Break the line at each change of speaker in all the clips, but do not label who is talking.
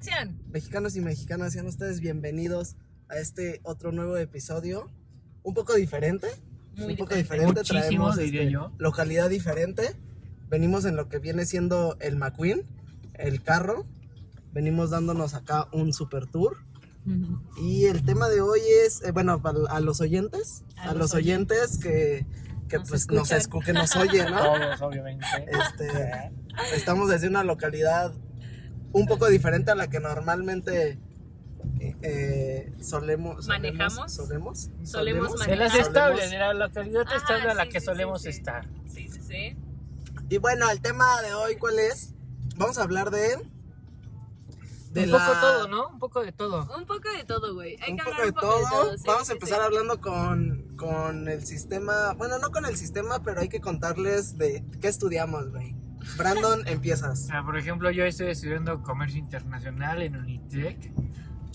Sean
mexicanos y mexicanas, sean ustedes bienvenidos a este otro nuevo episodio. Un poco diferente.
muy
un poco
diferentes.
diferente.
Muchísimo,
Traemos
diría
este,
yo.
localidad diferente. Venimos en lo que viene siendo el McQueen, el carro. Venimos dándonos acá un super tour.
Ujú.
Y el tema de hoy es, eh, bueno, para, a los oyentes,
A
a,
los
los oyentes, que, que
Nos
pues nos
escuchan.
escu que nos oyen, ¿no?
Todos, obviamente.
Este, estamos desde una localidad un poco diferente a la que normalmente eh, solemos, solemos-
Manejamos.
Solemos.
Solemos
En las
manejamos.
estables, en la localidad
Ah,
estable a la
sí,
que
sí,
solemos
sí, sí.
estar.
Sí, sí, sí.
Y bueno, el tema de hoy, ¿cuál es? Vamos a hablar de.
un poco todo, ¿no? Un poco de todo.
Un poco de todo, güey. Hay
Un
que
poco
hablar
de
un poco
todo.
de todo. sí,
Vamos
sí,
a empezar
sí.
hablando con, con el sistema. Bueno, no con el sistema, pero hay que contarles de qué estudiamos, güey. Brandon, empiezas.
Ah, por ejemplo, yo estoy estudiando comercio internacional en Unitec.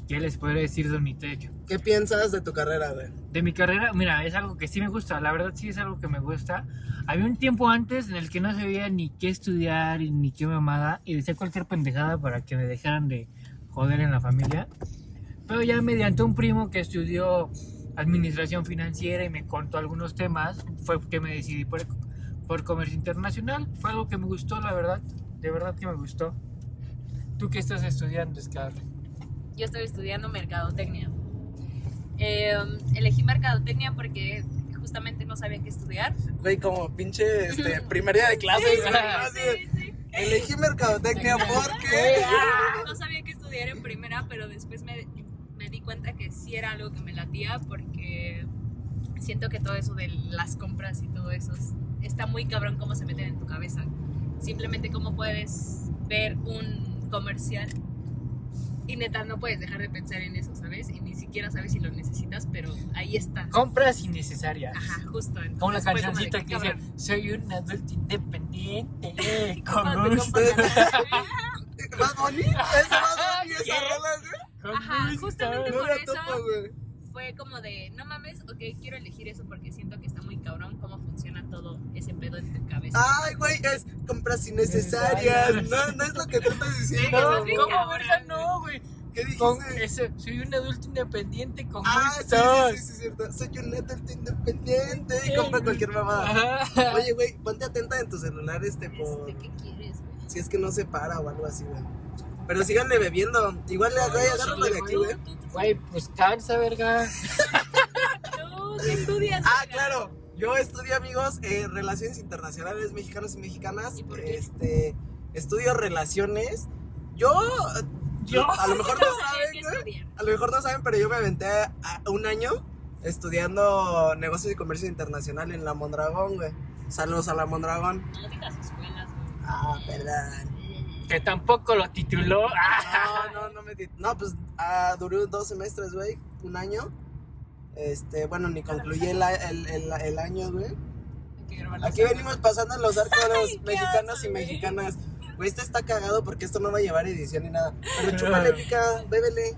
¿Qué les podría decir de Unitec?
¿Qué piensas de tu carrera, güey?
De mi carrera, mira, es algo que sí me gusta, la verdad sí es algo que me gusta. Había un tiempo antes en el que no sabía ni qué estudiar y ni qué mamada y decía cualquier pendejada para que me dejaran de joder en la familia. Pero ya mediante un primo que estudió administración financiera y me contó algunos temas, fue que me decidí por, por comercio internacional. Fue algo que me gustó, la verdad, de verdad que me gustó. ¿Tú qué estás estudiando, Scarlett?
Yo estoy estudiando mercadotecnia. Eh, elegí mercadotecnia porque justamente no sabía qué estudiar.
Güey, como pinche este, primaria de clases, güey. Así de,
Sí, sí.
Elegí mercadotecnia porque.
Ah, No sabía que estudiar en primera, pero después me, me di cuenta que sí era algo que me latía porque siento que todo eso de las compras y todo eso es- está muy cabrón cómo se meten en tu cabeza. Simplemente cómo puedes ver un comercial y neta no puedes dejar de pensar en eso, ¿sabes? Y ni siquiera sabes si lo necesitas, pero ahí está.
Compras innecesarias.
Ajá, justo.
Con la
Entonces fue como de,
cancioncita
"Qué
que dice,
cabrón".
soy un adulto independiente, eh,
Cuando
con
te
gusto.
compras la-
¿Más Bunny? ¿Es Bad Bunny esa
¿Qué?
rola, güey?
Con
Ajá,
gusto.
justamente.
No
Por
la
eso-
topo, güey.
fue como de, no mames, ok, quiero elegir eso porque siento que está muy cabrón cómo funciona todo ese pedo en tu cabeza.
Ay, güey, es compras innecesarias. No, no es lo que tú estás
Sí,
diciendo.
estás bien
No, ¿cómo
cabrón,
verga no, güey?
¿Qué
Con
dijiste?
eso, soy un adulto independiente, con
Ah, sí,
gusto.
sí, sí, sí, es cierto. Soy un adulto independiente y compra cualquier mamada.
Ajá.
Oye, güey, ponte atenta en tu celular este por
Este, ¿Qué quieres, güey?
si es que no se para o algo así, güey. Pero síganle bebiendo. Igual le
Ay,
güey, agárralo
sí,
de aquí,
güey.
güey.
Tú, tú, tú,
Güey, pues cansa, verga.
tú, ¿qué estudias?
Ah,
verga?
claro. Yo estudié, amigos, eh, relaciones internacionales, mexicanos y mexicanas.
¿Y por qué?
Este, estudio relaciones. Yo,
Yo.
a lo mejor no
Ay, ¿qué
saben, güey.
estudiar?
A lo mejor no saben, pero yo me aventé a- un año estudiando negocios y comercio internacional en la Mondragón, güey. Saludos a la Mondragón.
No digas escuelas, güey.
Ah, perdón.
Que tampoco lo tituló. Ah.
No, no, no me di- No, pues ah, duré dos semestres, güey. Un año. Este, bueno, ni concluí el, a- el- el- el año, güey.
Hay que grabar las
Aquí
cosas.
venimos pasando los arcos
Ay, qué
mexicanos
asco, ¿eh?
y
güey.
mexicanas. Güey, este está cagado porque esto no va a llevar edición ni nada. Pero chúpale, pica, bébele.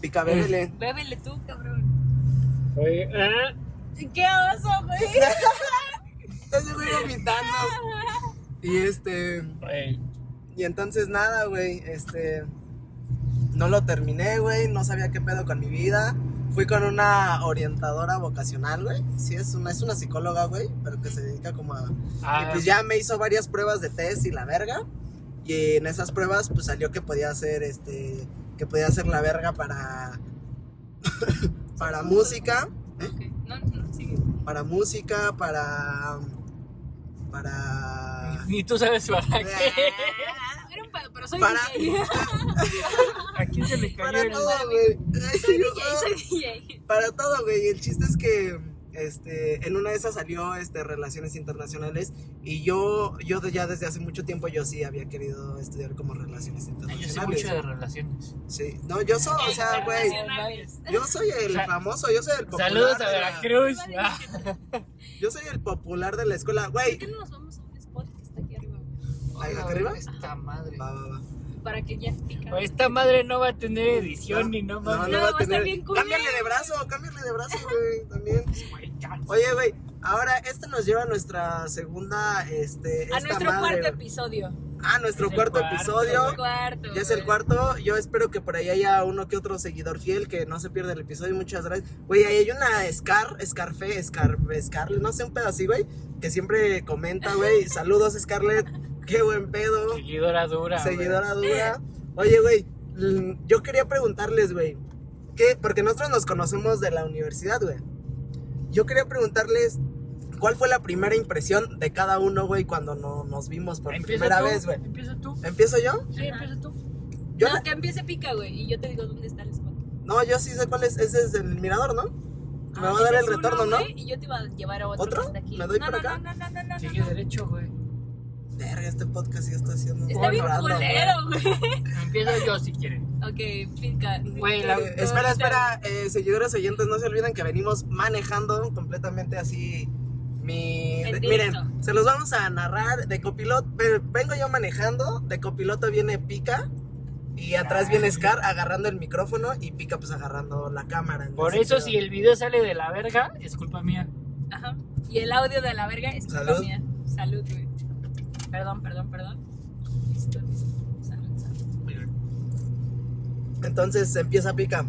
Pica, bébele.
Bébele tú, cabrón.
Güey, eh.
¡Qué oso, güey!
Entonces voy vomitando. Y este.
Güey,
Y entonces nada, güey. Este. No lo terminé, güey. No sabía qué pedo con mi vida. Fui con una orientadora vocacional, güey. Sí, es una, es una psicóloga, güey. Pero que se dedica como a. Y
ah,
pues ya me hizo varias pruebas de test y la verga. Y en esas pruebas, pues salió que podía hacer este. Que podía hacer la verga para. para música.
Ok, No, no, sigue.
Para música, para. Para.
Ni tú sabes para qué.
Era un pedo, pero soy
Ah. Para-
DJ.
¿A quién se le cayó
Para
el
todo, güey.
Soy DJ, soy DJ.
Para todo, güey. El chiste es que este, en una de esas salió este, Relaciones Internacionales y yo, yo de- ya desde hace mucho tiempo yo sí había querido estudiar como Relaciones
Yo sé mucho de
Internacionales.
relaciones.
Sí, no, yo soy, o sea, Ah, güey,
Internacionales.
yo soy el
Sa-
famoso, yo soy el popular.
Saludos a
de la-
Veracruz.
Vale,
Ah.
Yo soy el popular de la escuela,
¿Por
güey.
qué no nos vamos a un spot que está aquí arriba? güey?
Ahí arriba.
Esta madre.
Va, va, va.
Para que ya pica.
O Pues Esta madre no va a tener edición
No,
ni no
No,
mames.
no
No, va a
va a
estar
tener.
bien culero.
Cámbiale de brazo, cámbiale de brazo, güey, también.
Güey, cansa.
Oye, güey, ahora esto nos lleva a nuestra segunda, este,
A
esta
nuestro
madre,
cuarto
güey.
episodio.
Ah, nuestro
Es el
cuarto,
cuarto,
El
episodio.
cuarto.
Ya es el
güey.
cuarto. Yo espero que por ahí haya uno que otro seguidor fiel que no se pierda el episodio. Muchas gracias. Güey, ahí hay una Scar, Scarfe, Scar, Scarlet, no sé, un pedacito, güey, que siempre comenta, güey. Saludos, Scarlett. Qué buen pedo.
Seguidora dura. güey.
Seguidora dura. Oye, güey, l- yo quería preguntarles, güey, ¿qué? Porque nosotros nos conocemos de la universidad, güey. Yo quería preguntarles cuál fue la primera impresión de cada uno, güey, cuando no- nos vimos por
Empieza
primera
tú,
vez, güey.
Empieza tú.
¿Empiezo yo?
Sí, empieza tú.
Yo
no,
la-
que empiece pica, güey. Y yo te digo dónde está el spot.
no, yo sí sé cuál es. Ese es el mirador, ¿no? Me va a
Ah,
dar
ese
el
es uno,
retorno, ¿no?
güey, Y yo te iba a llevar a otro.
¿Otro?
que está aquí.
¿Me doy
no,
por
no,
acá?
No, no, no, no, no,
Sigue
no.
derecho, güey.
Verga, este podcast ya está haciendo.
Está bien
Rando, güey.
culero, güey.
Empiezo yo si quieren.
Ok, pica.
Güey, la-
Eh, espera, espera, eh, seguidores oyentes, no se olviden que venimos manejando completamente así. Mi,
En
de-
directo.
miren, se los vamos a narrar de copiloto. ve- Vengo yo manejando, de copiloto viene Pica y atrás viene Scar agarrando el micrófono y Pica pues agarrando la cámara. ¿no?
Por
Así
eso,
que-
si el video sale de la verga, es culpa mía.
Ajá. Y el audio de la verga es culpa
Salud.
mía. Salud, güey. Perdón, perdón, perdón. Listo, listo. Salud, salud.
Entonces empieza Pica.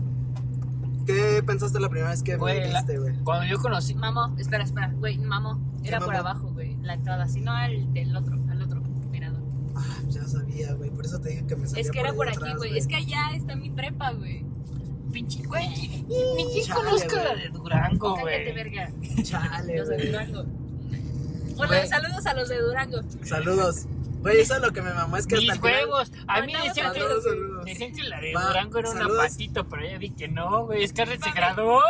¿Qué pensaste la primera vez que
Güey,
me
la-
viste, güey?
Cuando yo conocí.
Mamó, espera, espera. Güey, mamó.
¿Qué
Era por
mamó?
abajo, güey. La entrada. Si no, al del otro, al otro mirador.
Ah, ya sabía, güey, por eso te dije que me sabía
Es que era por aquí,
atrás,
güey. Es que allá está mi prepa, güey.
Pinche, güey. Ni quién
Chale,
conozco
güey.
la de Durango,
Cállate,
güey.
verga.
Chale,
Los de
güey.
Durango. Hola,
Güey.
saludos a los de Durango.
Saludos. Güey, eso es lo que me mamó, es que hasta
Mis
el final-
huevos. A mí
Mandamos
decían que,
saludos, saludos.
decían que la de
Va,
Durango era una
saludos.
patita, pero ya vi que no, güey. Scarlett se
Va,
graduó.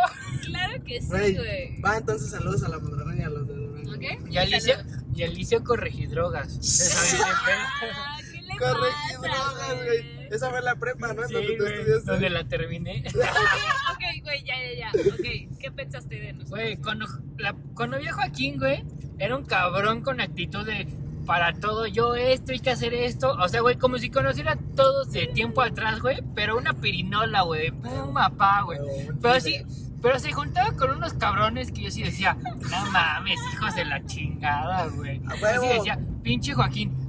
Claro que sí,
Güey,
güey.
va entonces saludos a la Mondragón y a los de Durango.
¿Ok?
Y Alicia,
Saludos.
y Alicia corregidrogas. Esa vida de pena.
Ah, ¿Qué le pasa,
Corregí drogas, güey. Esa fue la prepa, ¿no? En
Sí,
donde tú
güey,
estudiaste.
donde la terminé.
Ok, ok, güey, ya, ya, ya. Ok, ¿qué pensaste de nosotros?
Güey, cuando, la- cuando vi a Joaquín, güey, era un cabrón con actitud de para todo, yo esto, hay que hacer esto. O sea, güey, como si conociera a todos de tiempo atrás, güey, pero una pirinola, güey, un mapa, güey. Pero sí, pero se juntaba con unos cabrones que yo sí decía, no mames, hijos de la chingada, güey.
A
Yo sí
huevo.
decía, pinche Joaquín.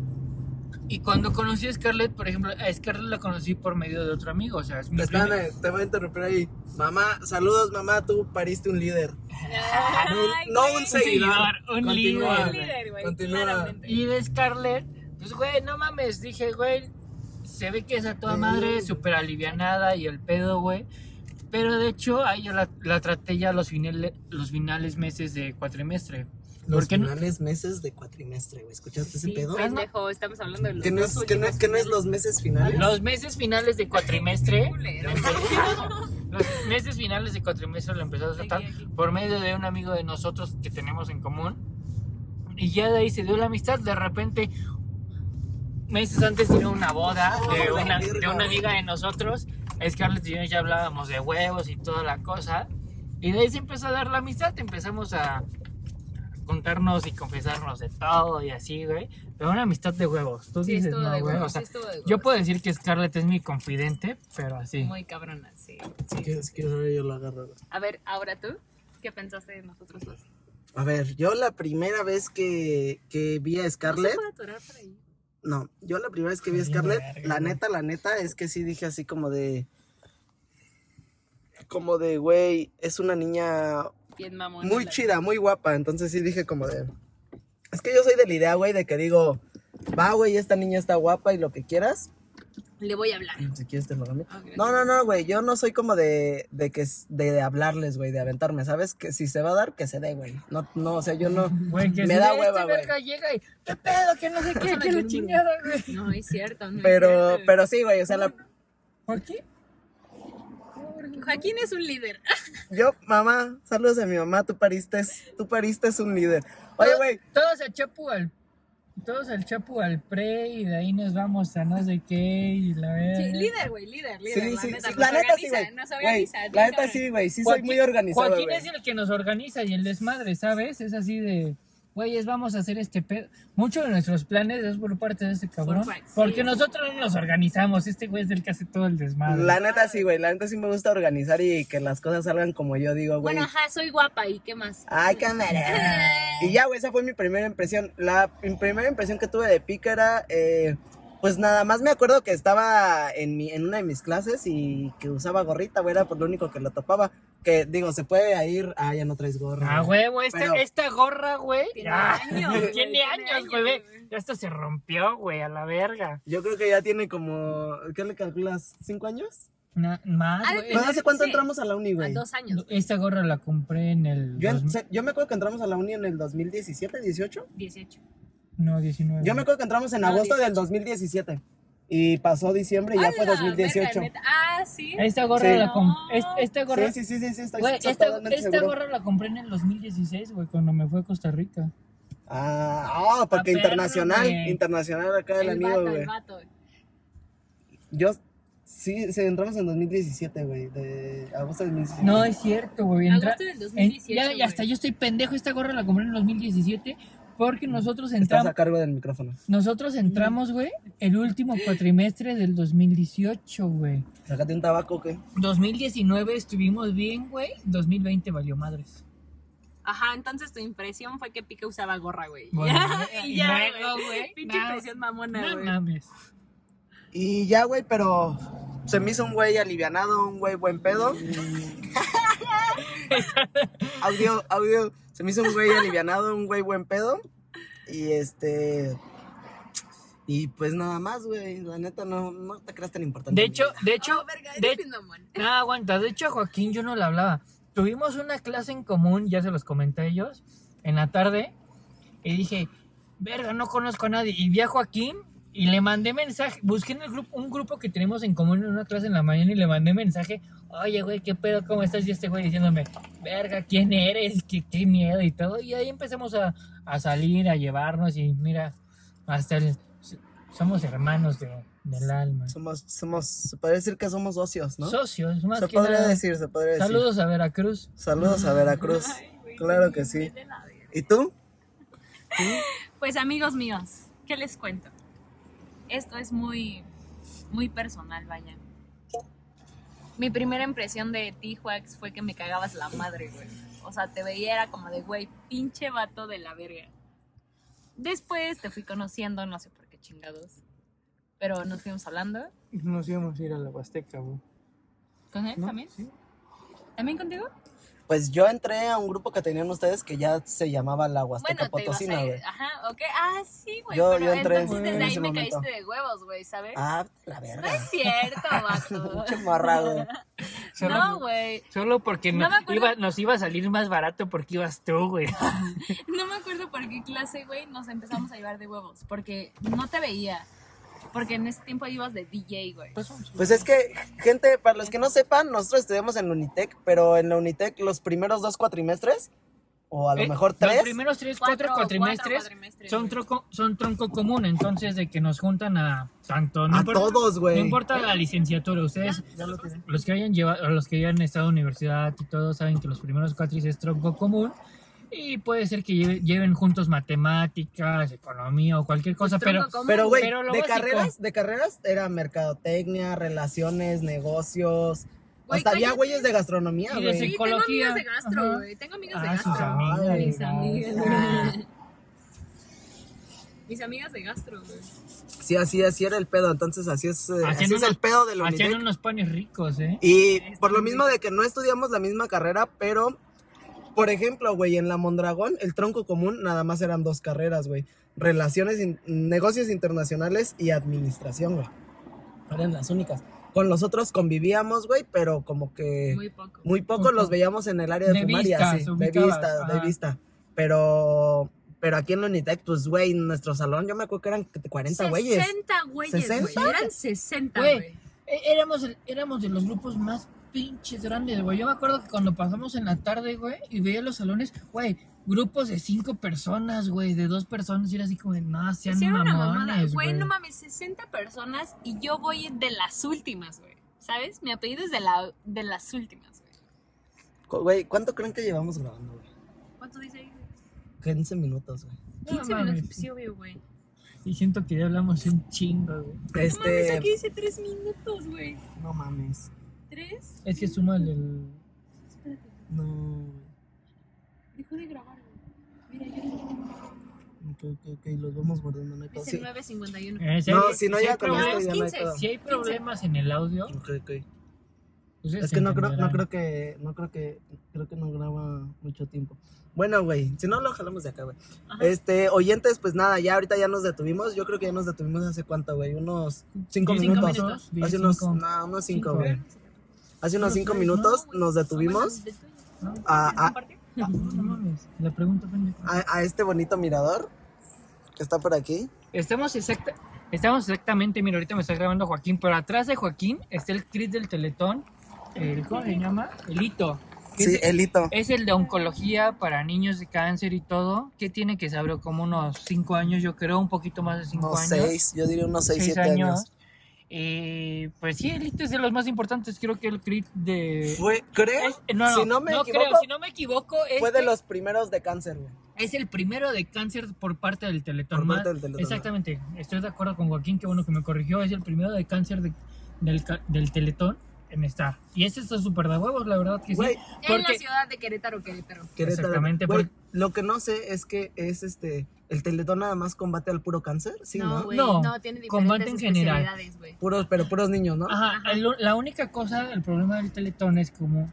Y cuando conocí a Scarlett, por ejemplo, a Scarlett la conocí por medio de otro amigo, o sea, es mi primer-
Espérame, te voy a interrumpir ahí. Mamá, saludos, mamá, tú pariste un líder.
Ay,
no
güey.
un seguidor.
un
Continúa,
Un
líder.
líder, güey.
Continúa.
claramente.
Y de Scarlett, pues güey, no mames, dije, güey, se ve que es a toda
Sí.
madre, súper alivianada y el pedo, güey. Pero de hecho, ahí yo la, la traté ya los, finales los finales meses de cuatrimestre.
Los
qué no?
finales meses de cuatrimestre, güey. ¿Escuchaste ese
Sí, ah,
pedo?
pendejo, estamos hablando de los
¿Que no, es,
dos
que, no,
últimos
que no es los meses finales?
Los meses finales de cuatrimestre,
culeros.
los meses finales de cuatrimestre lo empezó a tratar
Aquí, aquí.
por medio de un amigo de nosotros que tenemos en común. Y ya de ahí se dio la amistad. De repente, meses antes de ir a una boda de
Oh, la
una,
verga.
de una amiga de nosotros, Scarlett y yo ya hablábamos de huevos y toda la cosa. Y de ahí se empezó a dar la amistad. Empezamos a contarnos y confesarnos de todo y así, güey. Pero una amistad de huevos. Tú
Sí,
dices,
estuvo
no,
de
güey.
huevos,
O sea,
sí estuvo de
yo
huevos.
puedo decir que Scarlett es mi confidente, pero así.
Muy cabrona, sí.
Si quieres, si quieres saber, yo lo agarro.
A ver, ahora tú, ¿qué pensaste de nosotros dos?
A ver, yo la primera vez que, que vi
¿No
a
se
Scarlett.
puede atorar por ahí?
No, yo la primera vez que vi a
Bien
Scarlett,
verga,
la
güey.
neta, la neta, es que sí dije así como de. Como de, güey, es una niña
Bien mamón.
muy chida, muy guapa. Entonces sí dije como de. Es que yo soy de la idea, güey, de que digo, va, güey, esta niña está guapa y lo que quieras.
Le voy a hablar.
Si quieres te lo cambio.
Ok.
No, no, no, güey, yo no soy como de, de que s- de, de hablarles, güey, de aventarme, ¿sabes? Que si se va a dar, que se dé, güey. No, no, o sea, yo no.
Güey, que
Me
si
da
este
hueva, güey.
verga llega y, ¿qué pedo? Que no sé qué, que la chingada, güey.
No, es cierto. no es
Pero,
cierto.
pero sí, güey, o sea, la,
¿Por qué?
Joaquín es un líder.
Eh.
yo, mamá, saludos a mi mamá, tú pariste, tú pariste es un líder. Oye, güey,
Todos al Chapu al. Todos al Chapu al pre y de ahí nos vamos a no sé qué y la verdad.
Sí, líder, güey, líder, líder.
sí, sí,
neta,
sí,
nos
la neta sí,
organiza,
güey.
nos
Güey,
organiza,
La
bien
neta
cabrón.
sí, güey, sí soy muy organizado,
Joaquín
güey.
es el que nos organiza y el desmadre, ¿sabes? Es así de. güeyes, vamos a hacer este pedo. Muchos de nuestros planes es por parte de este cabrón.
Por parte, sí.
porque nosotros no nos organizamos. Este güey es el que hace todo el desmadre.
La neta sí, güey. La neta sí me gusta organizar y que las cosas salgan como yo digo, güey.
Bueno, ajá, soy guapa y qué más. Eh,
Ay, cámara. Y ya, güey, esa fue mi primera impresión. La im- primera impresión que tuve de Pica era, eh, pues nada más me acuerdo que estaba en, mi, en una de mis clases y que usaba gorrita, güey, era por lo único que lo topaba. Que digo, se puede ir, ah, ya no traes gorra.
Ah, huevo, esta,
Pero-
esta gorra, güey.
Tiene
ya.
años, güey,
Ah, Tiene
tiene
años,
años,
güey.
güey.
Ya hasta se rompió, güey, a la verga.
Yo creo que ya tiene como, ¿qué le calculas? ¿Cinco años?
Na- más,
Ha Ah, de
güey.
tener-
Bueno, ¿Hace cuánto
Eh, sí.
entramos a la uni,
A
güey?
dos años,
Esta gorra la compré en el.
Yo, en-
2000
se- yo me acuerdo que entramos a la uni en el 2017, 18.
18.
No, 19.
Yo me acuerdo que entramos en
No,
agosto del 2017. Y pasó diciembre y ya fue
Ah, la
2018.
verga, neta. Ah, sí.
Esta gorra
Sí.
la compré.
No.
Esta gorra.
Sí, sí, sí, sí, sí, estoy
Güey,
este-
esta,
totalmente
esta
seguro.
gorra la compré en el 2016, güey, cuando me fui a Costa Rica.
Ah, ah, porque
perro,
internacional,
güey.
internacional acá el,
el
amigo,
vato,
güey.
el vato.
Yo, sí, sí, entramos en 2017, güey, de agosto de 2017.
No, es cierto, güey. entra-
Agosto del
en-
2018.
ya, ya hasta
güey.
yo estoy pendejo, esta gorra la compré en el 2017
Mm,
porque nosotros
Estás
entramos,
a cargo del micrófono.
nosotros
Mm.
entramos, güey, el último cuatrimestre del 2018, güey.
Sácate un tabaco, ¿qué?
2019 estuvimos bien, güey. 2020 valió madres.
Ajá, entonces tu impresión fue que Pica usaba gorra, güey.
Bueno,
y ya,
luego, güey,
güey. Pinche
no.
impresión mamona,
No
güey. Ah,
mames.
Y ya, güey, pero se me hizo un güey alivianado, un güey buen pedo. audio, audio. Se me hizo un güey alivianado, un güey buen pedo. Y este. Y pues nada más, güey. La neta, no, no te creas tan importante.
De hecho, de hecho,
Oh, verga,
de-
eres bien mamón.
No, aguanta. De hecho, a Joaquín yo no le hablaba. Tuvimos una clase en común, ya se los comenté a ellos, en la tarde. Y dije, verga, no conozco a nadie. Y vi a Joaquín y le mandé mensaje. Busqué en el grupo, un grupo que tenemos en común en una clase en la mañana y le mandé mensaje. Oye, güey, ¿qué pedo? ¿Cómo estás? Y este güey diciéndome, verga, ¿quién eres? ¿Qué, qué miedo y todo. Y ahí empezamos a, a salir, a llevarnos. Y mira, hasta el- somos hermanos de- del alma.
Somos, somos, se podría decir que somos socios, ¿no?
Socios, más
se
que
podría
nada.
decir, se podría decir.
Saludos a Veracruz.
Saludos a Veracruz.
Ay, güey,
Claro que sí.
vete a la verga.
¿Y tú?
Pues amigos míos, ¿qué les cuento? Esto es muy, muy personal, vaya. Mi primera impresión de ti, Juax, fue que me cagabas la madre, güey. O sea, te veía era como de, güey, pinche vato de la verga. Después te fui conociendo, no sé por qué chingados. Pero nos fuimos hablando.
Nos íbamos a ir a la Huasteca, güey.
¿Con él también? ¿También contigo?
Pues yo entré a un grupo que tenían ustedes que ya se llamaba la Huasteca
te ibas
Potosina,
a ir-
güey.
Ajá, ok. Ah, sí, güey.
Yo-
pero
yo entré
entonces
en
desde ahí
ese
me
momento.
caíste de huevos, güey, ¿sabes?
Ah, la
No
verga.
es cierto, vato.
Pinche morra, güey.
No, güey.
Solo porque
No
no-
me acuerdo.
iba- nos iba a salir más barato porque ibas tú, güey.
No me acuerdo por qué clase, güey, nos empezamos a llevar de huevos. Porque no te veía. Porque en ese tiempo ibas de DJ, güey.
Pues es que, gente, para los que no sepan, nosotros estudiamos en la Unitec, pero en la Unitec los primeros dos cuatrimestres, o a lo
Eh,
mejor
Los
tres,
primeros tres, cuatro, cuatrimestres
cuatrimestres,
son,
güey.
tronco, son tronco común, entonces de que nos juntan a tanto. No
a
importa-
todos,
No
güey.
importa la licenciatura, ustedes, los que hayan llevado, los que hayan estado en universidad y todo, saben que los primeros cuatris es tronco común y puede ser que lleve- lleven juntos matemáticas, economía o cualquier cosa,
Tronco
pero
común,
Pero, güey,
Pues Pero lo
de
básico.
carreras, de carreras era mercadotecnia, relaciones, negocios.
Güey,
hasta había
cállate.
güeyes de gastronomía,
Y de
güey.
Sí, tengo amigas
psicología.
de gastro,
Ajá.
güey. Tengo amigas de
Ah, sus
gastro.
amigas.
Mis amigas.
Ah.
Mis amigas de gastro, güey.
Sí, así, así era el pedo. Entonces, así es, eh,
Hacían
así es
unos-
el pedo de la
hacían
Unitec.
unos panes ricos, ¿eh?
Y por lo mismo de que no estudiamos la misma carrera, pero, por ejemplo, güey, en la Mondragón, el tronco común nada más eran dos carreras, güey. Relaciones, in- negocios internacionales y administración, güey. Eran las únicas. Con los otros convivíamos, güey, pero como que muy,
Muy poco.
poco los veíamos en el área de,
De
primaria,
vistas,
sí, de
ubicabas,
vista, de
ajá.
vista. Pero, pero aquí en la Unitec, pues, güey, en nuestro salón, yo me acuerdo que eran 40 güeyes.
60 güeyes, güey.
¿Sesenta?
Eran 60,
Güey.
güey.
Eh, Éramos, el- éramos de los grupos más pinches grandes, güey. Yo me acuerdo que cuando pasamos en la tarde, güey, y veía los salones, güey, grupos de cinco personas, güey, de dos personas, y era así como, de, no, sean
Hicieron una mamada.
mamones,
Güey,
güey.
no mames, 60 personas y yo voy de las últimas, güey. ¿Sabes? Mi apellido es de, la, de las últimas, güey.
Güey, ¿cuánto creen que llevamos grabando, güey?
¿Cuánto dice ahí? güey?
15 minutos, güey.
15
No, mames.
minutos, sí, obvio, güey.
Y siento que ya hablamos un chingo, güey.
No mames, aquí
Este.
dice 3 minutos, güey.
No mames.
¿Tres?
Es que suma el.
Espérate,
No, güey.
dejó de grabar, güey. Mira, yo no
Ok, ok, ok, los vamos guardando, no hay pedo.
Dice
Pues Sí.
9.51.
Eh, si
No,
hay-
si no
si hay
llega con
problemas-
esto ya no hay
15,
pedo.
Si hay problemas en el audio,
Ok, ok.
ustedes
Es que no creo, no creo
entenderán.
que, no creo que, creo que no graba mucho tiempo. Bueno, güey, si no lo jalamos de acá, güey.
Ajá.
Este, oyentes, pues nada, ya ahorita ya nos detuvimos. Yo creo que ya nos detuvimos hace cuánto, güey, unos cinco
¿Diez,
minutos.
minutos?
Diez,
Hace unos,
cinco.
no, unos cinco,
Cinco.
güey. Hace unos
Unos
cinco
seis,
No,
minutos
güey.
nos
Ah,
detuvimos
bueno, del tuyo.
No,
Ah,
¿Quieres
ah.
compartir?
no, no mames. La pregunta pendeja.
a, a este bonito mirador que está por aquí.
Estamos exacta, estamos exactamente, mira, ahorita me está grabando Joaquín, pero atrás de Joaquín está el Cris del Teletón, el, ¿cómo se llama? El Hito. que
Sí, eh.
es,
el hito.
es el de oncología para niños de cáncer y todo. ¿Qué tiene que saber? Como unos 5 años, yo creo, un poquito más de 5
Unos
años.
seis, yo diría unos seis,
seis
siete años.
Eh, pues sí, el Hito es de los más importantes, creo que el Cris de...
Fue, creo,
es- eh, no, no,
si no me
no
equivoco,
creo, si no me equivoco,
fue de
este
los primeros de cáncer, güey.
es el primero de cáncer por parte del Teletón.
Por
más-
parte del teletón.
Exactamente, estoy de acuerdo con Joaquín, que bueno que me corrigió, es el primero de cáncer de- del, ca- del teletón en estar. Y ese está súper de huevos, la verdad que sí.
Güey,
En la
Porque-
ciudad de Querétaro, Querétaro.
Querétaro.
Exactamente,
Güey,
por-
Lo que no sé es que es este. El teletón nada más combate al puro cáncer, sí, ¿no?
No, güey,
No,
no, tiene diferentes
combate en general.
especialidades, güey.
Puros, pero puros niños, ¿no?
Ajá, el- la única cosa, el problema del teletón es como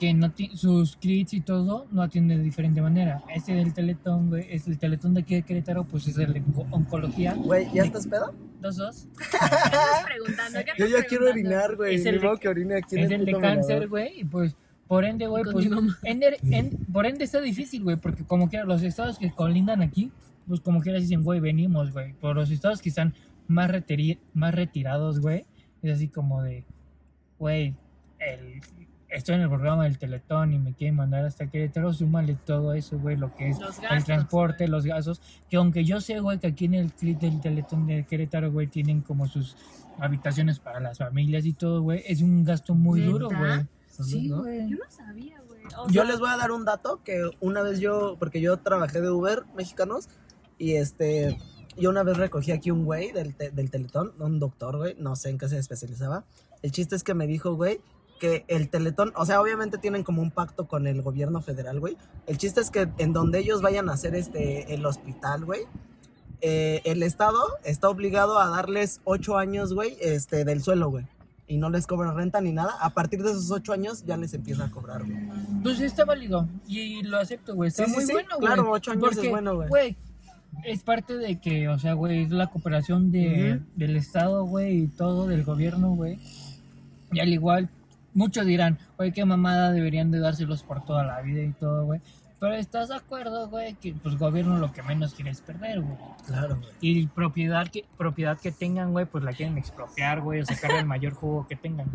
que no ti- sus crits y todo no atienden de diferente manera. Este del teletón, güey, es el teletón de aquí de Querétaro, pues es el de onco- oncología.
Güey, ¿ya estás pedo?
Dos, dos.
Estás preguntando, ¿qué
Yo
andas
ya quiero
preguntando?
orinar, güey.
Es el
Ni
de-
modo que orine aquí en
es el de
puto
cáncer,
velador.
güey, y pues por ende, güey,
Con
pues
mi mamá.
ender- en- por ende está difícil, güey, porque como quiera los estados que colindan aquí, pues como quiera dicen, güey, venimos, güey, por los estados que están más retiri- más retirados, güey, es así como de, güey, el- estoy en el programa del Teletón y me quieren mandar hasta Querétaro, súmale todo eso, güey, lo que es
Los
el
gastos,
transporte,
güey.
los gastos, que aunque yo sé, güey, que aquí en el CRIT del Teletón de Querétaro, güey, tienen como sus habitaciones para las familias y todo, güey, es un gasto muy
¿Neta?
duro, güey.
Sí,
¿No?
güey. Yo no sabía, güey. O
Yo
sea,
les voy a dar un dato que una vez yo, porque yo trabajé de Uber mexicanos y este, yo una vez recogí aquí un güey del, te- del Teletón, un doctor, güey, no sé en qué se especializaba. El chiste es que me dijo, güey, que el Teletón, o sea, obviamente tienen como un pacto con el gobierno federal, güey. El chiste es que en donde ellos vayan a hacer este, el hospital, güey, eh, el Estado está obligado a darles ocho años, güey, este, del suelo, güey. Y no les cobra renta ni nada. A partir de esos ocho años ya les empieza a cobrar, güey.
Pues está válido y lo acepto, güey. Está
Sí, sí,
muy
sí,
bueno, güey.
claro, ocho años es
Porque,
bueno, güey.
Es parte de que, o sea, güey, es la cooperación de,
Ujú.
del Estado, güey, y todo, del gobierno, güey. Y al igual, muchos dirán, güey, qué mamada deberían de dárselos por toda la vida y todo, güey. Pero estás de acuerdo, güey, que pues gobierno lo que menos quieres perder, güey.
Claro, güey.
Y propiedad que, propiedad que tengan, güey, pues la quieren expropiar, güey, o sacarle el mayor jugo que tengan.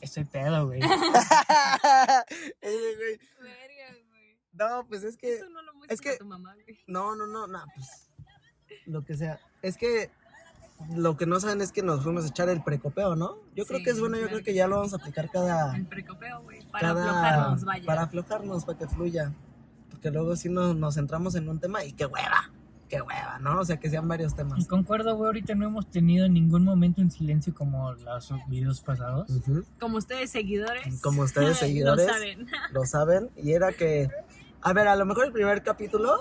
Estoy pedo, güey.
Ese güey,
verga, güey.
No, pues es que.
Eso no lo
es
muestras
que-
a tu mamá, güey.
No, no, no, no, pues. Lo que sea. Es que. Lo que no saben es que nos fuimos a echar el precopeo, ¿no? Yo creo
Sí,
que es bueno, yo
claro
creo
que
que ya lo vamos a aplicar cada.
El precopeo, güey. Para
cada-
aflojarnos, vaya.
Para aflojarnos, para que fluya. Porque luego sí nos, nos centramos en un tema y qué hueva. Qué hueva, ¿no? O sea, que sean varios
Y
temas.
concuerdo, güey, ahorita no hemos tenido en ningún momento un silencio como los videos pasados.
Ujú.
Como ustedes, seguidores.
Como ustedes, seguidores.
Lo saben.
lo saben, y era que, a ver, a lo mejor el primer capítulo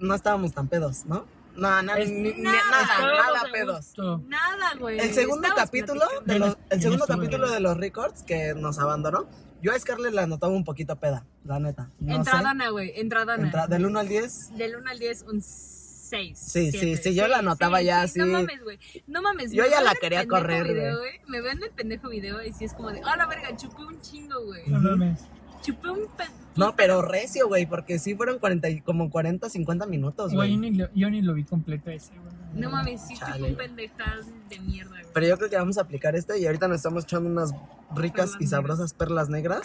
no estábamos tan pedos, ¿no? No, na-
Es-
ni- ni-
nada,
nada,
Estábamos
nada
a
pedos.
gusto.
Nada, güey.
El segundo
Estamos
capítulo
platicando.
de los,
Bien,
el
bien
segundo
estuvo,
capítulo
bien.
de los records que nos abandonó, yo a Scarlett la notaba un poquito peda, la neta. No
Entradona, güey.
sé.
Entradona.
Entra- del 1 al 10.
Del 1 al 10, un 6.
Sí, sí, sí, yo la notaba ya,
No
sí.
mames, güey. No mames.
Yo
me
ya
veo
la
en el
quería
pendejo
correr,
video, güey. Me veo en el pendejo video y sí es como de, ah, la verga, chupé un chingo, güey.
No mames.
Chupé un pendejo.
No, pero recio, güey, porque sí fueron 40, y- como 40, 50 minutos,
Güey, yo
güey.
ni, lo, yo ni lo vi completo ese, güey.
No mames, sí,
Chale,
chupé un
güey.
pendejal de mierda, güey.
Pero yo creo que vamos a aplicar este y ahorita nos estamos echando unas ricas
Perlas
y sabrosas perlas negras.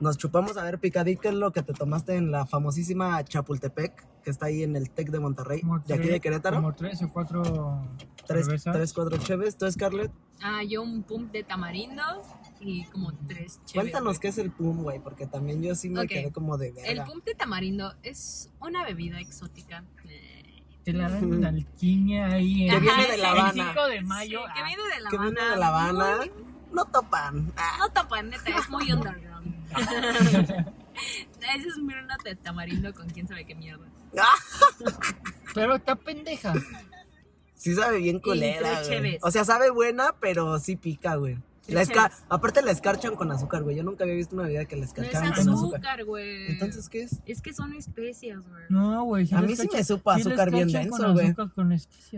Nos chupamos a ver picadito es lo que te tomaste en la famosísima Chapultepec, que está ahí en el Tec de Monterrey,
Como
de aquí
tres-
de Querétaro.
Como tres o cuatro
Tres,
cervezas.
tres, cuatro cheves. ¿Tú, Scarlett?
Ah, yo un pump de tamarindo, y como tres chéveres.
Cuéntanos qué es el plum, güey, porque también yo sí me
Ok.
quedé como de verga.
El pump de tamarindo es una bebida exótica. eh,
Te la dan en alquimia ahí.
Que
en-
viene
Ajá,
de
sí,
La
el
Habana.
5 de mayo.
sí, que
ah,
viene de La
Que
Habana.
viene de La Habana. No topan. Ah,
No topan, neta, es muy underground. Ese es Mirna de tamarindo con quién sabe qué mierda.
Ah, Pero está pendeja.
Sí sabe bien culera,
tres
güey.
cheves.
O sea, sabe buena, pero sí pica, güey.
Tres
La esca-
cheves.
Aparte la escarchan con azúcar, güey. Yo nunca había visto una bebida que la
No es
escarcharan con azúcar.
azúcar, güey.
Entonces, ¿qué es?
Es que son especias, güey.
No, güey.
A mí sí me supo azúcar bien denso, güey.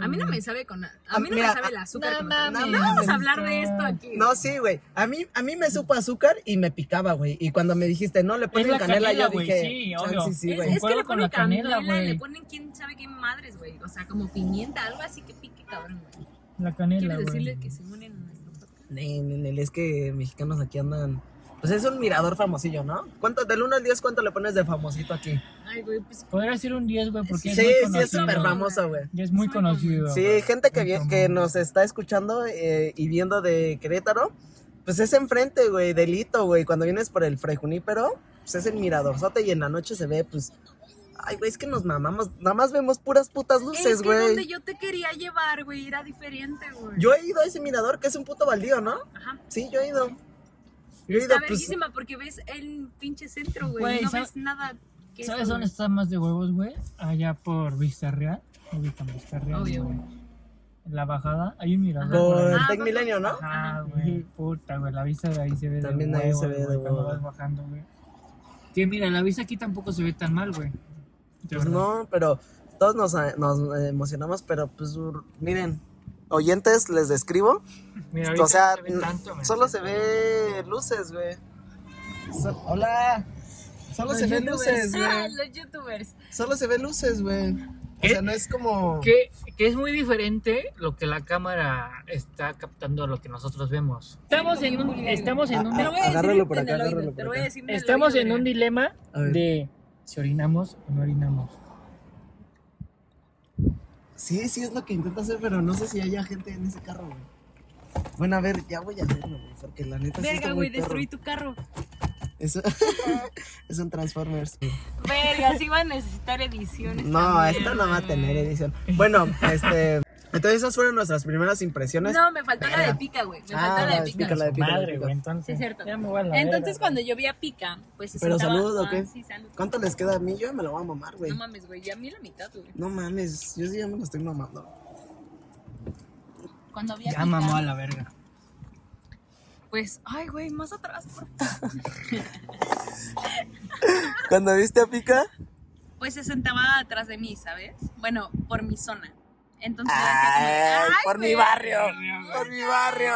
A mí no me sabe con. A
Ah,
mí no
mira,
me sabe el
ah,
azúcar. con- No,
no mames.
no vamos a hablar de esto aquí.
Mm. No, sí, güey. A mí, a mí me supo azúcar y me picaba, güey. Y cuando me dijiste, no, le ponen
la
canela,
canela,
yo
güey,
dije,
sí,
"Chance,
obvio".
sí,
es,
güey.
es que
Concuerdo
le
con la
ponen
canela,
canela, le
güey.
ponen quién sabe qué madres, güey. O sea, como pimienta, algo así que pique, cabrón, güey.
La canela,
¿Quieres
güey.
decirle que se unen en nuestro podcast?
Nen, nen, es que mexicanos aquí andan... Pues es un mirador famosillo, ¿no? ¿Cuánto, del 1 al 10, cuánto le pones de famosito aquí?
Ay, güey, pues.
Podría ser un 10, güey, porque
Sí,
es
sí,
muy
es
conocido.
súper
famoso.
famoso, güey.
Ya es muy conocido.
Sí,
güey.
gente que, vi-
Muy
que
famoso.
nos está escuchando eh, y viendo de Querétaro, pues es enfrente, güey, delito, güey. Cuando vienes por el Fray Junípero, pues es el miradorzote y en la noche se ve, pues. Ay, güey, es que nos mamamos. Nada más vemos puras putas
es
luces,
que donde
güey.
yo te quería llevar, güey, era diferente, güey.
Yo he ido a ese mirador que es un puto baldío, ¿no?
Ajá.
Sí, yo he ido. Yo he ido,
Está
pues.
verguísima porque ves el pinche centro,
Güey,
güey. No
¿sabes-
ves nada. que eso,
¿Sabes dónde
güey.
está más de huevos, güey? Allá por Vista Real. Ubican Vista Real.
Obvio,
güey. En la bajada hay un mirador.
Por
güey.
el
Ah,
Tec
por-
Milenio, ¿no?
Ajá, güey. Puta, güey. La vista de ahí se ve
También
de
ahí
huevos,
se ve de
güey, cuando
huevos.
vas bajando, güey. Que mira, la vista aquí tampoco se ve tan mal, güey. De
Pues
verdad.
no, pero todos nos, eh, nos eh, emocionamos, pero pues ur- miren, oyentes, les describo.
Mira, ahorita
O sea,
no se ve tanto, güey.
solo se ve luces, güey. So- Hola. Solo
Los
se ven
youtubers.
luces,
Ah,
güey.
los youtubers.
Solo se ven luces, güey. O
¿Qué?
sea, no es como.
Que, que es muy diferente lo que la cámara está captando a lo que nosotros vemos. Estamos en un, estamos en
Ah,
Te
un,
lo voy a decir
agárralo por
en
acá,
el oído,
agárralo
te
por
lo voy a
acá.
decir en el
estamos
oído,
en un
mira.
dilema
A ver.
de si orinamos o no orinamos.
Sí, sí es lo que intento hacer, pero no sé si haya gente en ese carro, güey. Bueno, a ver, ya voy a verlo, güey, porque la neta sí
Verga,
está
güey,
muy perro.
destruí tu carro.
Es, es un Transformers.
Verga, sí va a necesitar ediciones.
No, esto no va a tener edición. Bueno, este. Entonces, esas fueron nuestras primeras impresiones.
No, me faltó la de pica, güey. Me
Ah,
faltó la de pica.
explícala, explícala,
Madre,
explícala.
güey, entonces.
Sí, es cierto.
Ya me voy a la
Entonces,
verga,
cuando yo vi a pica, pues se
Pero
sentaba-
salud, ¿o
Ah,
qué?
Sí, salud.
¿Cuánto les queda a mí? Yo me lo voy a mamar, güey.
No mames, güey, ya a mí la mitad, güey.
No mames, yo sí ya me lo estoy mamando.
Cuando vi a
güey. Ya
pica,
mamó a la verga.
pues, ay, güey, más atrás, por favor.
Cuando viste a Pica,
Pues se sentaba atrás de mí, ¿sabes? Bueno, por mi zona. Entonces, yo decía como,
ay,
"Ay,
por mi
güey".
barrio, por mi barrio.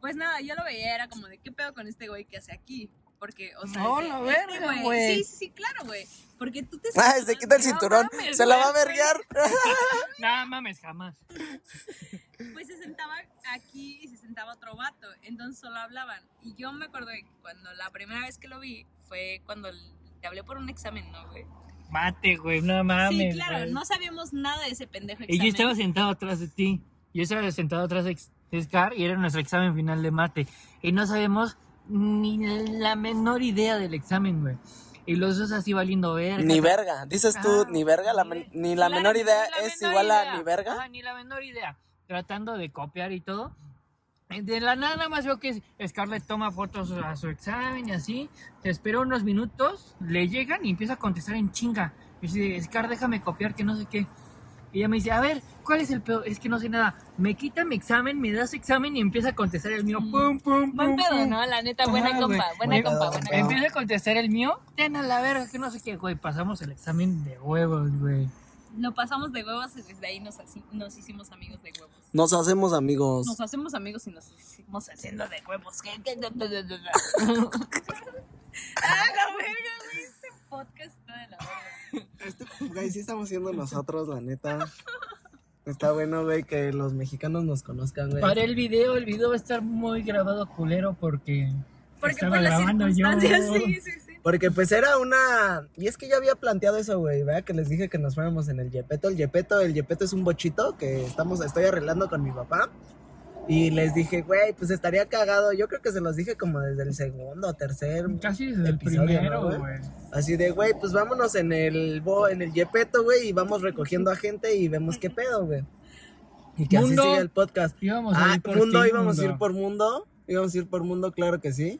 Pues nada, yo lo veía, era como de qué pedo con este güey que hace aquí. Porque, o sea,
No,
de-
la
este
verga, güey.
Sí, sí, sí, claro, güey. Porque tú te.
Ay, se quita el cinturón,
No mames,
se la va a
"Ah, güey.
verguear.
No mames, jamás.
Pues se sentaba aquí y se sentaba otro vato. Entonces solo hablaban. Y yo me acuerdo de que cuando la primera vez que lo vi fue cuando l- te hablé por un examen, ¿no, güey?
Mate, güey, no Ah, mames.
sí, claro,
güey.
no sabíamos nada de ese pendejo examen.
Y yo estaba sentado atrás de ti. Yo estaba sentado atrás de ex- de Scar y era nuestro examen final de mate. Y no sabemos ni la menor idea del examen, güey. Y los dos así valiendo verga.
Ni verga, dices tú,
Ah,
ni verga, la men- ni la
Claro,
menor
ni
idea
la
es
menor
igual
idea.
a ni verga.
Ajá, ni la menor idea. Tratando de copiar y todo. Eh, De la nada nada más veo que Scarlett toma fotos a su examen y así. Te espera unos minutos, le llegan y empieza a contestar en chinga. Y dice, Scar, déjame copiar que no sé qué. Y ella me dice, a ver, ¿cuál es el peor? Es que no sé nada. Me quita mi examen, me da su examen y empieza a contestar el mío.
Mm.
Pum, pum,
Buen
pum,
pedo,
pum.
¿no? La neta, buena
Ajá,
compa,
güey.
buena
Buen
compa, buena
pedo, buen
compa.
Empieza a contestar el mío. Ten a la verga, que no sé qué, güey. Pasamos el examen de huevos, güey.
Lo pasamos de huevos y desde ahí nos, así- nos hicimos amigos de huevos.
Nos hacemos amigos.
Nos hacemos amigos y nos hicimos haciendo de huevos. ah, la verga, güey. Este podcast está de la verga.
Este, güey, sí estamos siendo nosotros, la neta. Está bueno, güey, que los mexicanos nos conozcan, güey.
Para el video, el video va a estar muy grabado culero porque.
Porque
estaba
por las
grabando yo.
circunstancias, sí, sí, sí.
Porque pues era una... Y es que yo había planteado eso, güey, ¿verdad? Que les dije que nos fuéramos en el Yepeto. El Yepeto, el Yepeto es un bochito que estamos, estoy arreglando con mi papá. Y les dije, güey, pues estaría cagado. Yo creo que se los dije como desde el segundo o tercer.
Casi desde el
Episodio, ¿no,
primero,
güey?
güey.
Así de, güey, pues vámonos en el bo, en el yepeto, güey, y vamos recogiendo a gente y vemos qué pedo, güey. Y que
Mundo.
así sigue el podcast.
Íbamos a
ah,
ir por
mundo,
ti,
íbamos a
mundo.
ir por mundo. Íbamos a ir por mundo, claro que sí.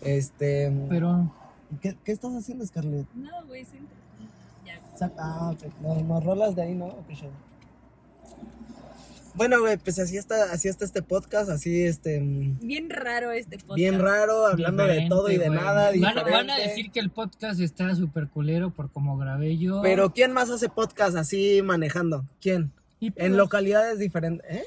Este.
Pero
¿qué, qué estás haciendo, Scarlett?
No, güey, siento. Ya.
Sa- Ah, ok. No, no, rolas de ahí, ¿no? Ok, chido. Bueno, güey, pues así está, así está este podcast, así este. mm,
Bien raro este podcast.
Bien raro, hablando de
diferente,
todo y de
güey.
nada.
Van, van a
diferente.
decir que el podcast está súper culero por cómo grabé yo.
Pero ¿quién más hace podcast así manejando? ¿Quién?
Y pues,
En localidades diferentes. ¿Eh?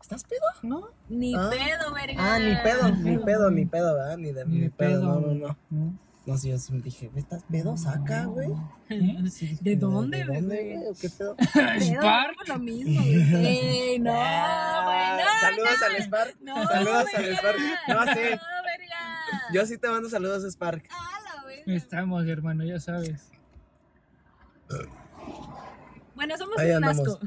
¿Estás pedo?
¿no?
Ni
Ah.
pedo, verga.
Ah, ni pedo, ni
pedo.
pedo, ni pedo, ¿verdad? Ni de,
Ni de
pedo, no,
pedo.
no, no.
¿No?
No, sí, yo sí me dije, ¿estás pedo? Saca, güey.
¿Eh?
Sí, dije,
¿De dónde, güey?
güey? ¿O ¿Qué pedo?
Pedo,
Spark.
por lo mismo, güey. Ey, Eh, no,
Ah,
güey, no,
Saludos
no.
al Spark.
No,
saludos
verga.
al Spark. No, sí.
No, verga.
Yo sí te mando saludos, Spark.
A la verga.
Estamos, hermano, ya sabes.
Bueno, somos
Ahí
un
andamos.
asco.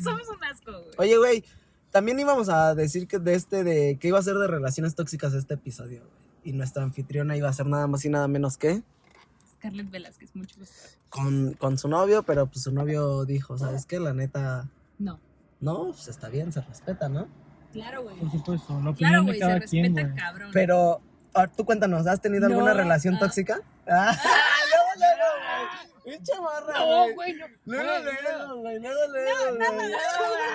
somos un asco, güey.
Oye, güey, también íbamos a decir que de este, de que iba a ser de relaciones tóxicas este episodio, güey. Y nuestra anfitriona iba a ser nada más y nada menos que
Scarlett Velázquez, mucho gusto.
con, con su novio, pero pues su novio dijo, ¿sabes qué? La neta,
No,
no, pues está bien, se respeta, ¿no?
claro, güey.
Por supuesto, la opinión
Claro,
de
güey, se
cada quien,
respeta,
güey.
cabrón.
Pero, a ver, tú cuéntanos, ¿has tenido
No,
alguna relación
ah.
tóxica? Ah, luego, luego, güey. Pinche morra,
No,
güey.
güey, no.
Luego,
Güey, no.
luego, güey. Luego, luego, güey.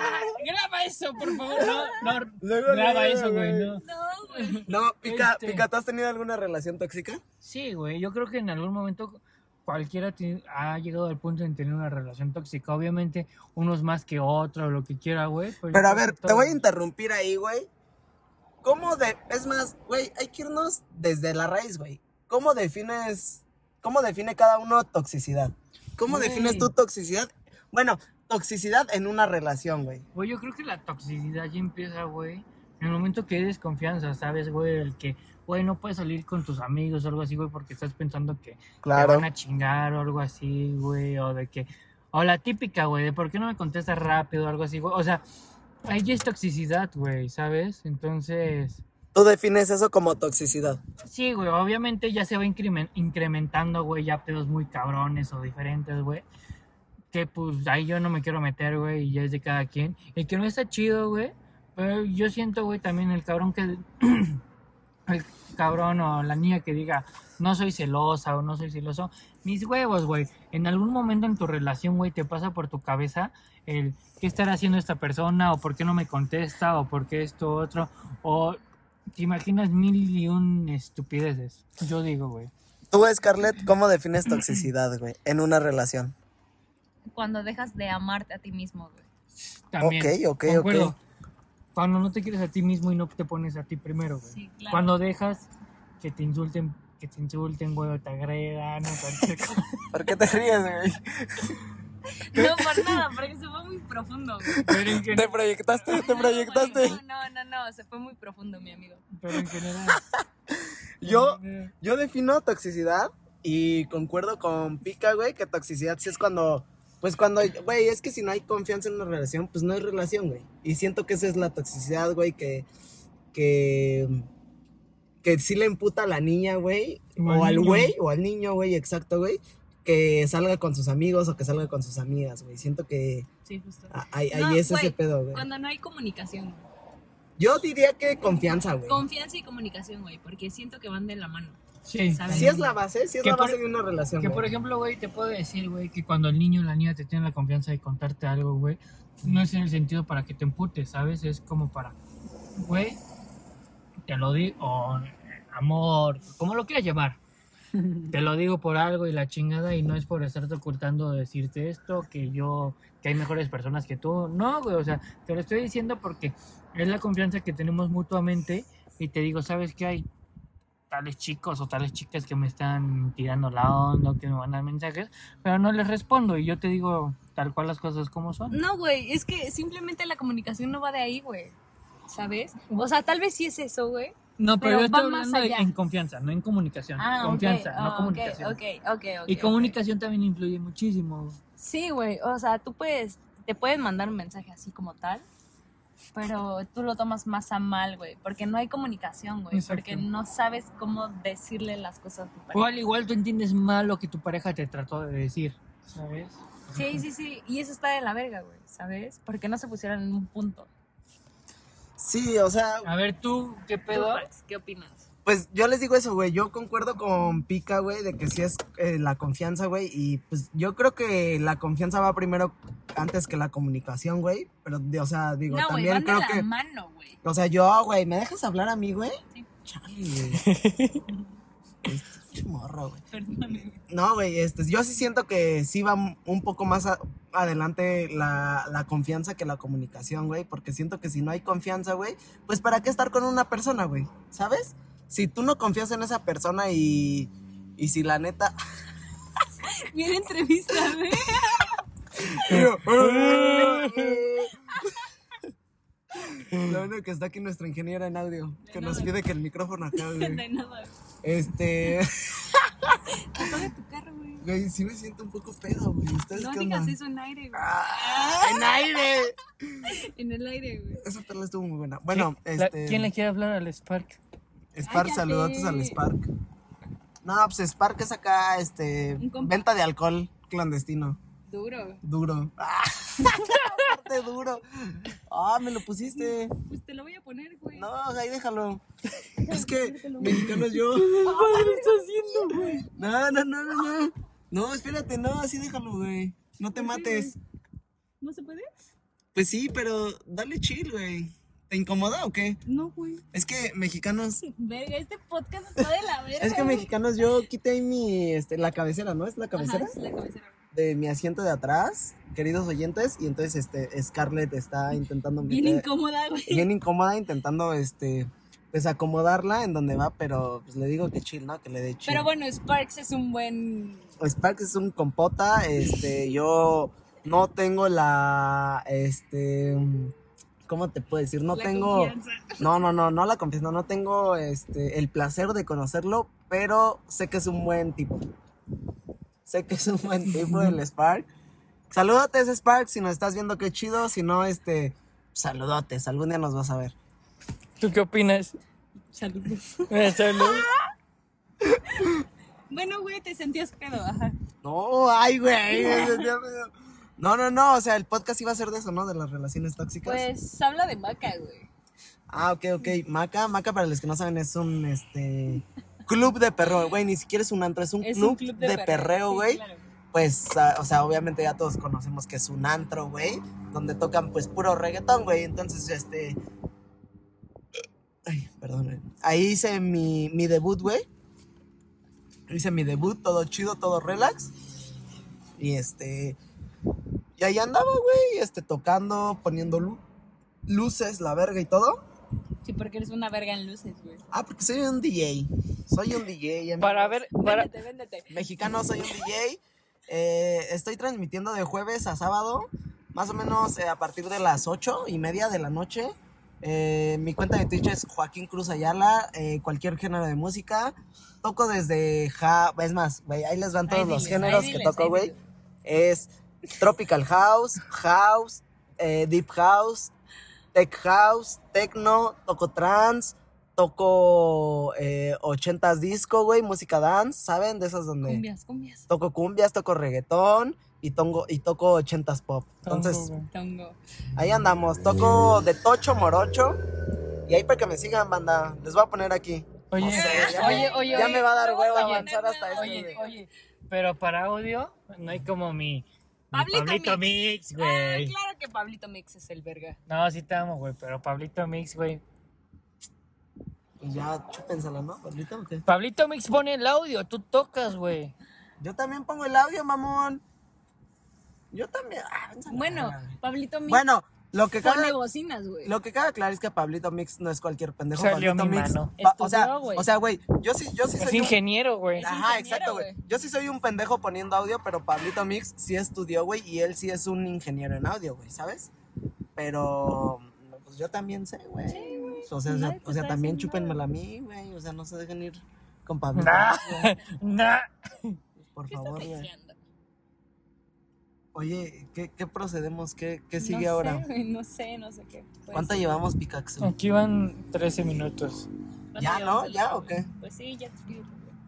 Ah, Graba eso, por favor. No, no.
Luego,
Graba
luego,
eso, güey. No.
No, güey.
No, Pica,
Este.
Pica, ¿tú has tenido alguna relación tóxica?
Sí, güey, yo creo que en algún momento cualquiera ti- ha llegado al punto de tener una relación tóxica. Obviamente, unos más que otros, lo que quiera, güey. yo
Pero a
creo que
ver, te voy a
todos.
interrumpir ahí, güey. ¿Cómo de.? Es más, güey, hay que irnos desde la raíz, güey. ¿Cómo defines. ¿Cómo define cada uno toxicidad? ¿Cómo
Güey.
defines tú toxicidad? Bueno, toxicidad en una relación, güey.
Güey, yo creo que la toxicidad ya empieza, güey. En el momento que hay desconfianza, ¿sabes, güey? El que, güey, no puedes salir con tus amigos o algo así, güey, porque estás pensando que te van a chingar o algo así, güey, o de que... O la típica, güey, de por qué no me contestas rápido o algo así, güey. O sea, ahí ya es toxicidad, güey, ¿sabes? Entonces...
Tú defines eso como toxicidad.
Sí, güey, obviamente ya se va incremen- incrementando, güey, ya pedos muy cabrones o diferentes, güey. Que pues ahí yo no me quiero meter, güey, y ya es de cada quien. El que no está chido, güey. Pero yo siento, güey, también el cabrón que. el cabrón o la niña que diga, no soy celosa o no soy celoso. Mis huevos, güey. En algún momento en tu relación, güey, te pasa por tu cabeza el qué estará haciendo esta persona o por qué no me contesta o por qué esto otro. O te imaginas mil y un estupideces. Yo digo, güey.
Tú, Scarlett, ¿cómo defines toxicidad, güey? En una relación.
Cuando dejas de amarte a ti mismo, güey.
Ok,
También.
ok,
Concuerdo.
ok.
Cuando no te quieres a ti mismo y no te pones a ti primero, güey.
Sí, claro.
Cuando dejas que te insulten, que te insulten, güey, o te agredan, o cualquier cosa.
¿Por qué te ríes, güey?
No, por nada, porque se fue muy profundo, güey.
Pero en, gen-
Te proyectaste, te
No, güey,
proyectaste.
No, no, no, no, se fue muy profundo, mi amigo.
pero en general.
Yo, Yo defino toxicidad y concuerdo con Pica, güey, que toxicidad sí es cuando, pues cuando, güey, es que si no hay confianza en una relación, pues no hay relación, güey. Y siento que esa es la toxicidad, güey, que, que, que sí le imputa a la niña, güey,
O al
o al
niño.
güey, o al niño, güey, exacto, güey, que salga con sus amigos o que salga con sus amigas, güey. Siento que
Sí, justo.
a- ahí
No,
ahí es ese
güey,
pedo, güey.
Cuando no hay comunicación. güey.
Yo diría que confianza, güey.
Confianza y comunicación, güey, porque siento que van de la mano.
Sí.
¿Sabes?
Sí es la base, sí es
Que
la
por-
base de una relación,
Que
güey.
por ejemplo, güey, te puedo decir, güey, que cuando el niño o la niña te tiene la confianza de contarte algo, güey, no es en el sentido para que te emputes, ¿sabes? Es como para, güey, te lo digo, o eh, amor, como lo quieras llamar. Te lo digo por algo y la chingada y no es por estarte ocultando decirte esto, que yo, que hay mejores personas que tú. No, güey, o sea, te lo estoy diciendo porque es la confianza que tenemos mutuamente y te digo, ¿sabes qué hay? Tales chicos o tales chicas que me están tirando la onda, o que me mandan mensajes, pero no les respondo y yo te digo tal cual las cosas como son.
No, güey, es que simplemente la comunicación no va de ahí, güey. ¿Sabes? O sea, tal vez sí es eso, güey.
No,
pero Pero yo estoy va más hablando de- allá.
en
en
confianza, no en comunicación.
ok,
confianza,
ah,
no
ok,
comunicación.
Ok, ok, ok.
Y comunicación también influye muchísimo.
Sí, güey, o sea, tú puedes, te pueden mandar un mensaje así como tal, pero tú lo tomas más a mal, güey, porque no hay comunicación, güey,
Exacto.
porque no sabes cómo decirle las cosas a tu
O
pareja.
al igual tú entiendes mal lo que tu pareja te trató de decir, ¿sabes?
Sí, sí, sí, y eso está de la verga, güey, ¿sabes? Porque no se pusieron en un punto.
Sí, o sea,
A ver, tú, ¿qué
¿Tú,
pedo?
Pax, ¿Qué opinas?
Pues yo les digo eso, güey. Yo concuerdo con Pica, güey, de que sí es eh, la confianza, güey. Y pues yo creo que la confianza va primero antes que la comunicación, güey. Pero, de- o sea, digo,
no, güey,
también
van de
creo
la
que.
mano, güey.
O sea, yo, güey, ¿me dejas hablar a mí, güey?
Sí.
Chale, güey. Este morro, güey.
Perdóname.
No, güey, este, yo sí siento que sí va un poco más a- adelante la, la confianza que la comunicación, güey, porque siento que si no hay confianza, güey, pues ¿para qué estar con una persona, güey? ¿Sabes? Si tú no confías en esa persona y, y si la neta...
Mira, entrevístame.
Lo único que está aquí nuestro ingeniero en audio, que nos pide que el micrófono acá, güey.
De nada.
Este,
Apaga tu carro, güey.
güey, sí me siento un poco pedo, güey. ¿Ustedes
No
qué
digas
onda?
eso en aire, güey.
Ah, ¡En aire!
En el aire, güey.
Esa perla estuvo muy buena. Bueno,
¿Qui- la-
este.
¿Quién le quiere hablar al Spark?
Spark,
Cállate.
saludos al Spark. No, pues Spark es acá, este.
Un compa.
Venta de alcohol clandestino.
Duro.
Duro. Ah, aparte duro. Ah, me lo pusiste.
Pues te lo voy a poner, güey.
No, ahí déjalo. Es que mexicano yo. No, no, no, no, no. No, espérate, no, así déjalo, güey. No te mates.
¿No se puede?
Pues sí, pero dale chill, güey. ¿Te incomoda o qué?
No, güey.
Es que mexicanos.
Verga, este podcast está de la verga.
Es que
güey.
mexicanos, yo quité ahí mi, este, la cabecera, ¿no? ¿Es la
Ajá,
cabecera?
es la cabecera.
De mi asiento de atrás, queridos oyentes, y entonces, este, Scarlett está intentando...
Bien
meter-
incómoda, güey.
bien incómoda, intentando, este, pues acomodarla en donde va, pero pues le digo que chill, ¿no? Que le dé chill.
Pero bueno, Sparks es un buen.
Sparks es un compota, este, yo no tengo la, este, ¿cómo te puedo decir? No
la
tengo...
confianza.
No, no, no, no la confieso, no tengo este, el placer de conocerlo, pero sé que es un buen tipo. Sé que es un buen tipo el Spark. Saludotes, Spark, si nos estás viendo, qué chido. Si no, este, saludotes, algún día nos vas a ver.
¿Tú qué opinas? Eh,
Saludos.
Salud.
Bueno, güey, te sentías pedo. Ajá.
No, ay, güey. Dios mío. No, no, no, o sea, el podcast iba a ser de eso, ¿no? De las relaciones tóxicas.
Pues habla de Maca, güey.
Ah, ok, ok. Maca, Maca, para los que no saben, es un, este, club de perreo, güey. Ni siquiera es un antro, es un,
Es
club,
un club
de,
de,
perreo,
sí,
güey.
claro.
pues, ah, o sea, obviamente ya todos conocemos que es un antro, güey, donde tocan pues puro reggaetón, güey. Entonces, este... Ay, perdón. güey. Ahí hice mi, mi debut, güey. Hice mi debut, todo chido, todo relax. Y este... Y ahí andaba, güey, este, tocando, poniendo lu- luces, la verga y todo.
Sí, porque eres una verga en luces, güey.
Ah, porque soy un DJ. Soy un DJ. amigos.
Para ver, para,
Véndete, véndete.
mexicano, soy un DJ. Eh, estoy transmitiendo de jueves a sábado, más o menos eh, a partir de las ocho y media de la noche. Eh, mi cuenta de Twitch es Joaquín Cruz Ayala, eh, cualquier género de música. Toco desde ja, es más, güey, ahí les van todos
Ahí
los
diles,
géneros
ahí
que
diles,
toco,
ahí
güey.
diles.
Es Tropical House, House, eh, Deep House, Tech House, Techno, toco trance, toco eh, 80s disco, güey, música dance, ¿saben? De esas donde
Cumbias, cumbias.
toco cumbias, toco reggaetón y, tongo, y toco 80s pop. Entonces,
Tongo.
ahí andamos. Toco de tocho morocho. Y ahí para que me sigan, banda. Les voy a poner aquí.
Oye,
No sé, ya
oye,
me-
oye,
ya
oye,
me va a dar
oye,
huevo
oye,
avanzar hasta este.
oye,
güey.
oye, pero para audio no hay como mi, mi
Pablito
Mix,
Ah,
güey. Ah.
claro que Pablito Mex es el verga.
No, sí te amo, güey, pero Pablito Mix, güey.
Pues ya, chúpensela, ¿no? Pablito, ¿o qué?
Pablito Mix pone el audio, tú tocas, güey.
Yo también pongo el audio, mamón. Yo también. Ah, ánsala.
Bueno, Pablito Mix
bueno, lo que
pone
cabe.
bocinas, güey.
Lo que queda claro es que Pablito Mix no es cualquier pendejo.
Salió
Pablito
mi
Mix.
mano.
pa- o sea,
Estudió, güey.
o sea, güey, yo sí, yo sí
Es
soy un-
ingeniero, güey.
Es
Ajá,
ingeniero,
exacto, güey.
güey.
Yo sí soy un pendejo poniendo audio, pero Pablito Mix sí estudió, güey, y él sí es un ingeniero en audio, güey, ¿sabes? Pero pues yo también sé, güey. o sea, o sea,
Nadie te
o sea,
está
también
diciendo
chúpenmela a mí, güey. O sea, no se dejen ir con Pablito,
Nah.
Mix, güey,
Nah.
por
¿Qué estás
favor, güey.
diciendo?
Oye, ¿qué, qué procedemos? ¿Qué, qué
No
sigue
sé,
ahora?
güey, no sé, no sé qué. Pues,
¿Cuánto llevamos, Picaxo?
Aquí van 13 minutos.
¿cuánto
¿Ya,
llevamos
no?
de
¿Ya
la-
o qué?
Pues sí, ya.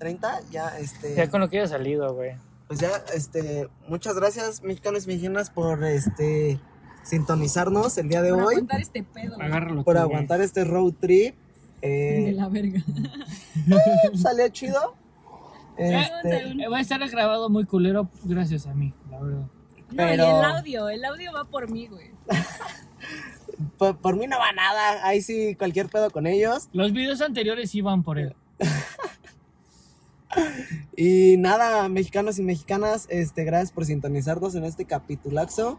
¿30? Ya, este...
Ya con lo que haya salido, güey.
Pues ya, este... Muchas gracias, mexicanos y mexicanas, por, este... Sintonizarnos el día de
Por
hoy.
aguantar este pedo, güey,
Agárralo.
por
tú, güey.
aguantar este road trip.
de
Eh,
la verga.
salió chido. Este,
Según-
Eh, Va a estar grabado muy culero gracias a mí, la verdad.
No, y el
pero-
audio, el audio va por mí, güey.
por, por mí no va nada. Ahí sí, cualquier pedo con ellos.
Los videos anteriores iban por él.
Y nada, mexicanos y mexicanas, este, gracias por sintonizarnos en este capitulaxo.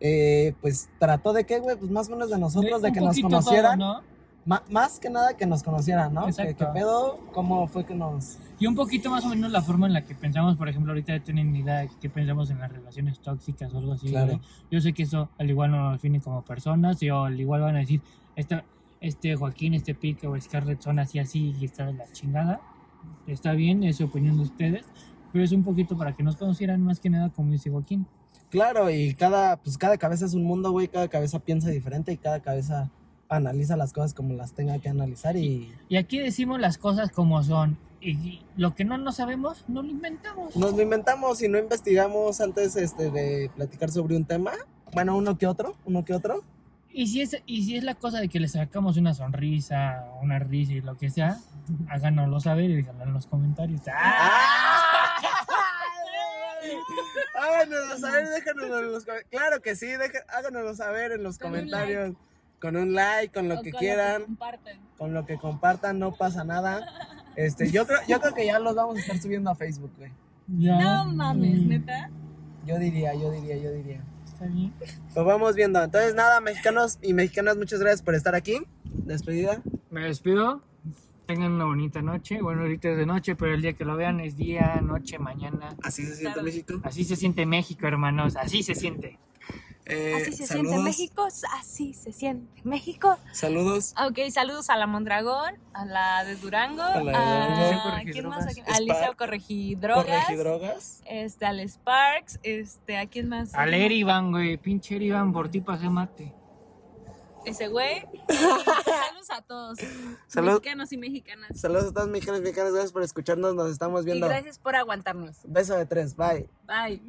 Eh, pues trató de qué, güey, pues más o menos de nosotros, de,
Eh, un
que nos
poquito
conocieran.
todo, ¿no?
Ma- más que nada que nos conocieran, ¿no? Que,
Exacto.
¿Qué pedo? ¿Cómo fue que nos...?
Y un poquito más o menos la forma en la que pensamos, por ejemplo, ahorita ya tienen idea de qué pensamos en las relaciones tóxicas o algo así.
Claro.
güey. Yo sé que eso al igual no nos define como personas, y al igual van a decir, esta, este Joaquín, este Pique o Scarlett son así, así, y está de la chingada. Está bien, es opinión de ustedes, pero es un poquito para que nos conocieran más que nada, como dice Joaquín.
Claro, y cada, pues cada cabeza es un mundo, güey, cada cabeza piensa diferente y cada cabeza analiza las cosas como las tenga que analizar y...
Y aquí decimos las cosas como son, y lo que no nos sabemos, no lo inventamos.
Nos lo inventamos y no investigamos antes este, de platicar sobre un tema. Bueno, uno que otro, uno que otro.
Y si, es, y si es la cosa de que le sacamos una sonrisa, una risa y lo que sea, háganoslo saber y déjalo en los comentarios. ¡Ah!
Ah. Háganoslo saber, déjanoslo en los comentarios. Claro que sí, deja- háganoslo saber en los
Con un
comentarios. Con un like, con lo
O
que
con
quieran,
compartan.
con lo que compartan, no pasa nada. Este, yo creo, yo creo que ya los vamos a estar subiendo a Facebook, güey.
Ya.
No mames,
Mm,
neta.
Yo diría, yo diría, yo diría.
Está bien.
Lo vamos viendo. Entonces, nada, mexicanos y mexicanas, muchas gracias por estar aquí. Despedida.
Me despido. Tengan una bonita noche. Bueno, ahorita es de noche, pero el día que lo vean es día, noche, mañana.
Así se
siente Claro.
México.
Así se siente México, hermanos. Así se siente.
Eh,
Así se siente México, así se siente México.
Saludos.
Ah, Ok, saludos a la Mondragón, a la de Durango,
A
a,
la de Durango.
¿quién
Corregidrogas.
más? ¿A quién? Al Liceo Corregidrogas,
Corregidrogas.
este, al Sparks, este, ¿a quién más?
Al Erivan, güey. Pinche Erivan, por ti pasé mate.
Ese güey. saludos a todos,
Salud.
mexicanos y mexicanas.
Saludos a todos mexicanos y mexicanas. Gracias por escucharnos. Nos estamos
Y
viendo.
gracias por aguantarnos.
Beso de tres. Bye.
Bye.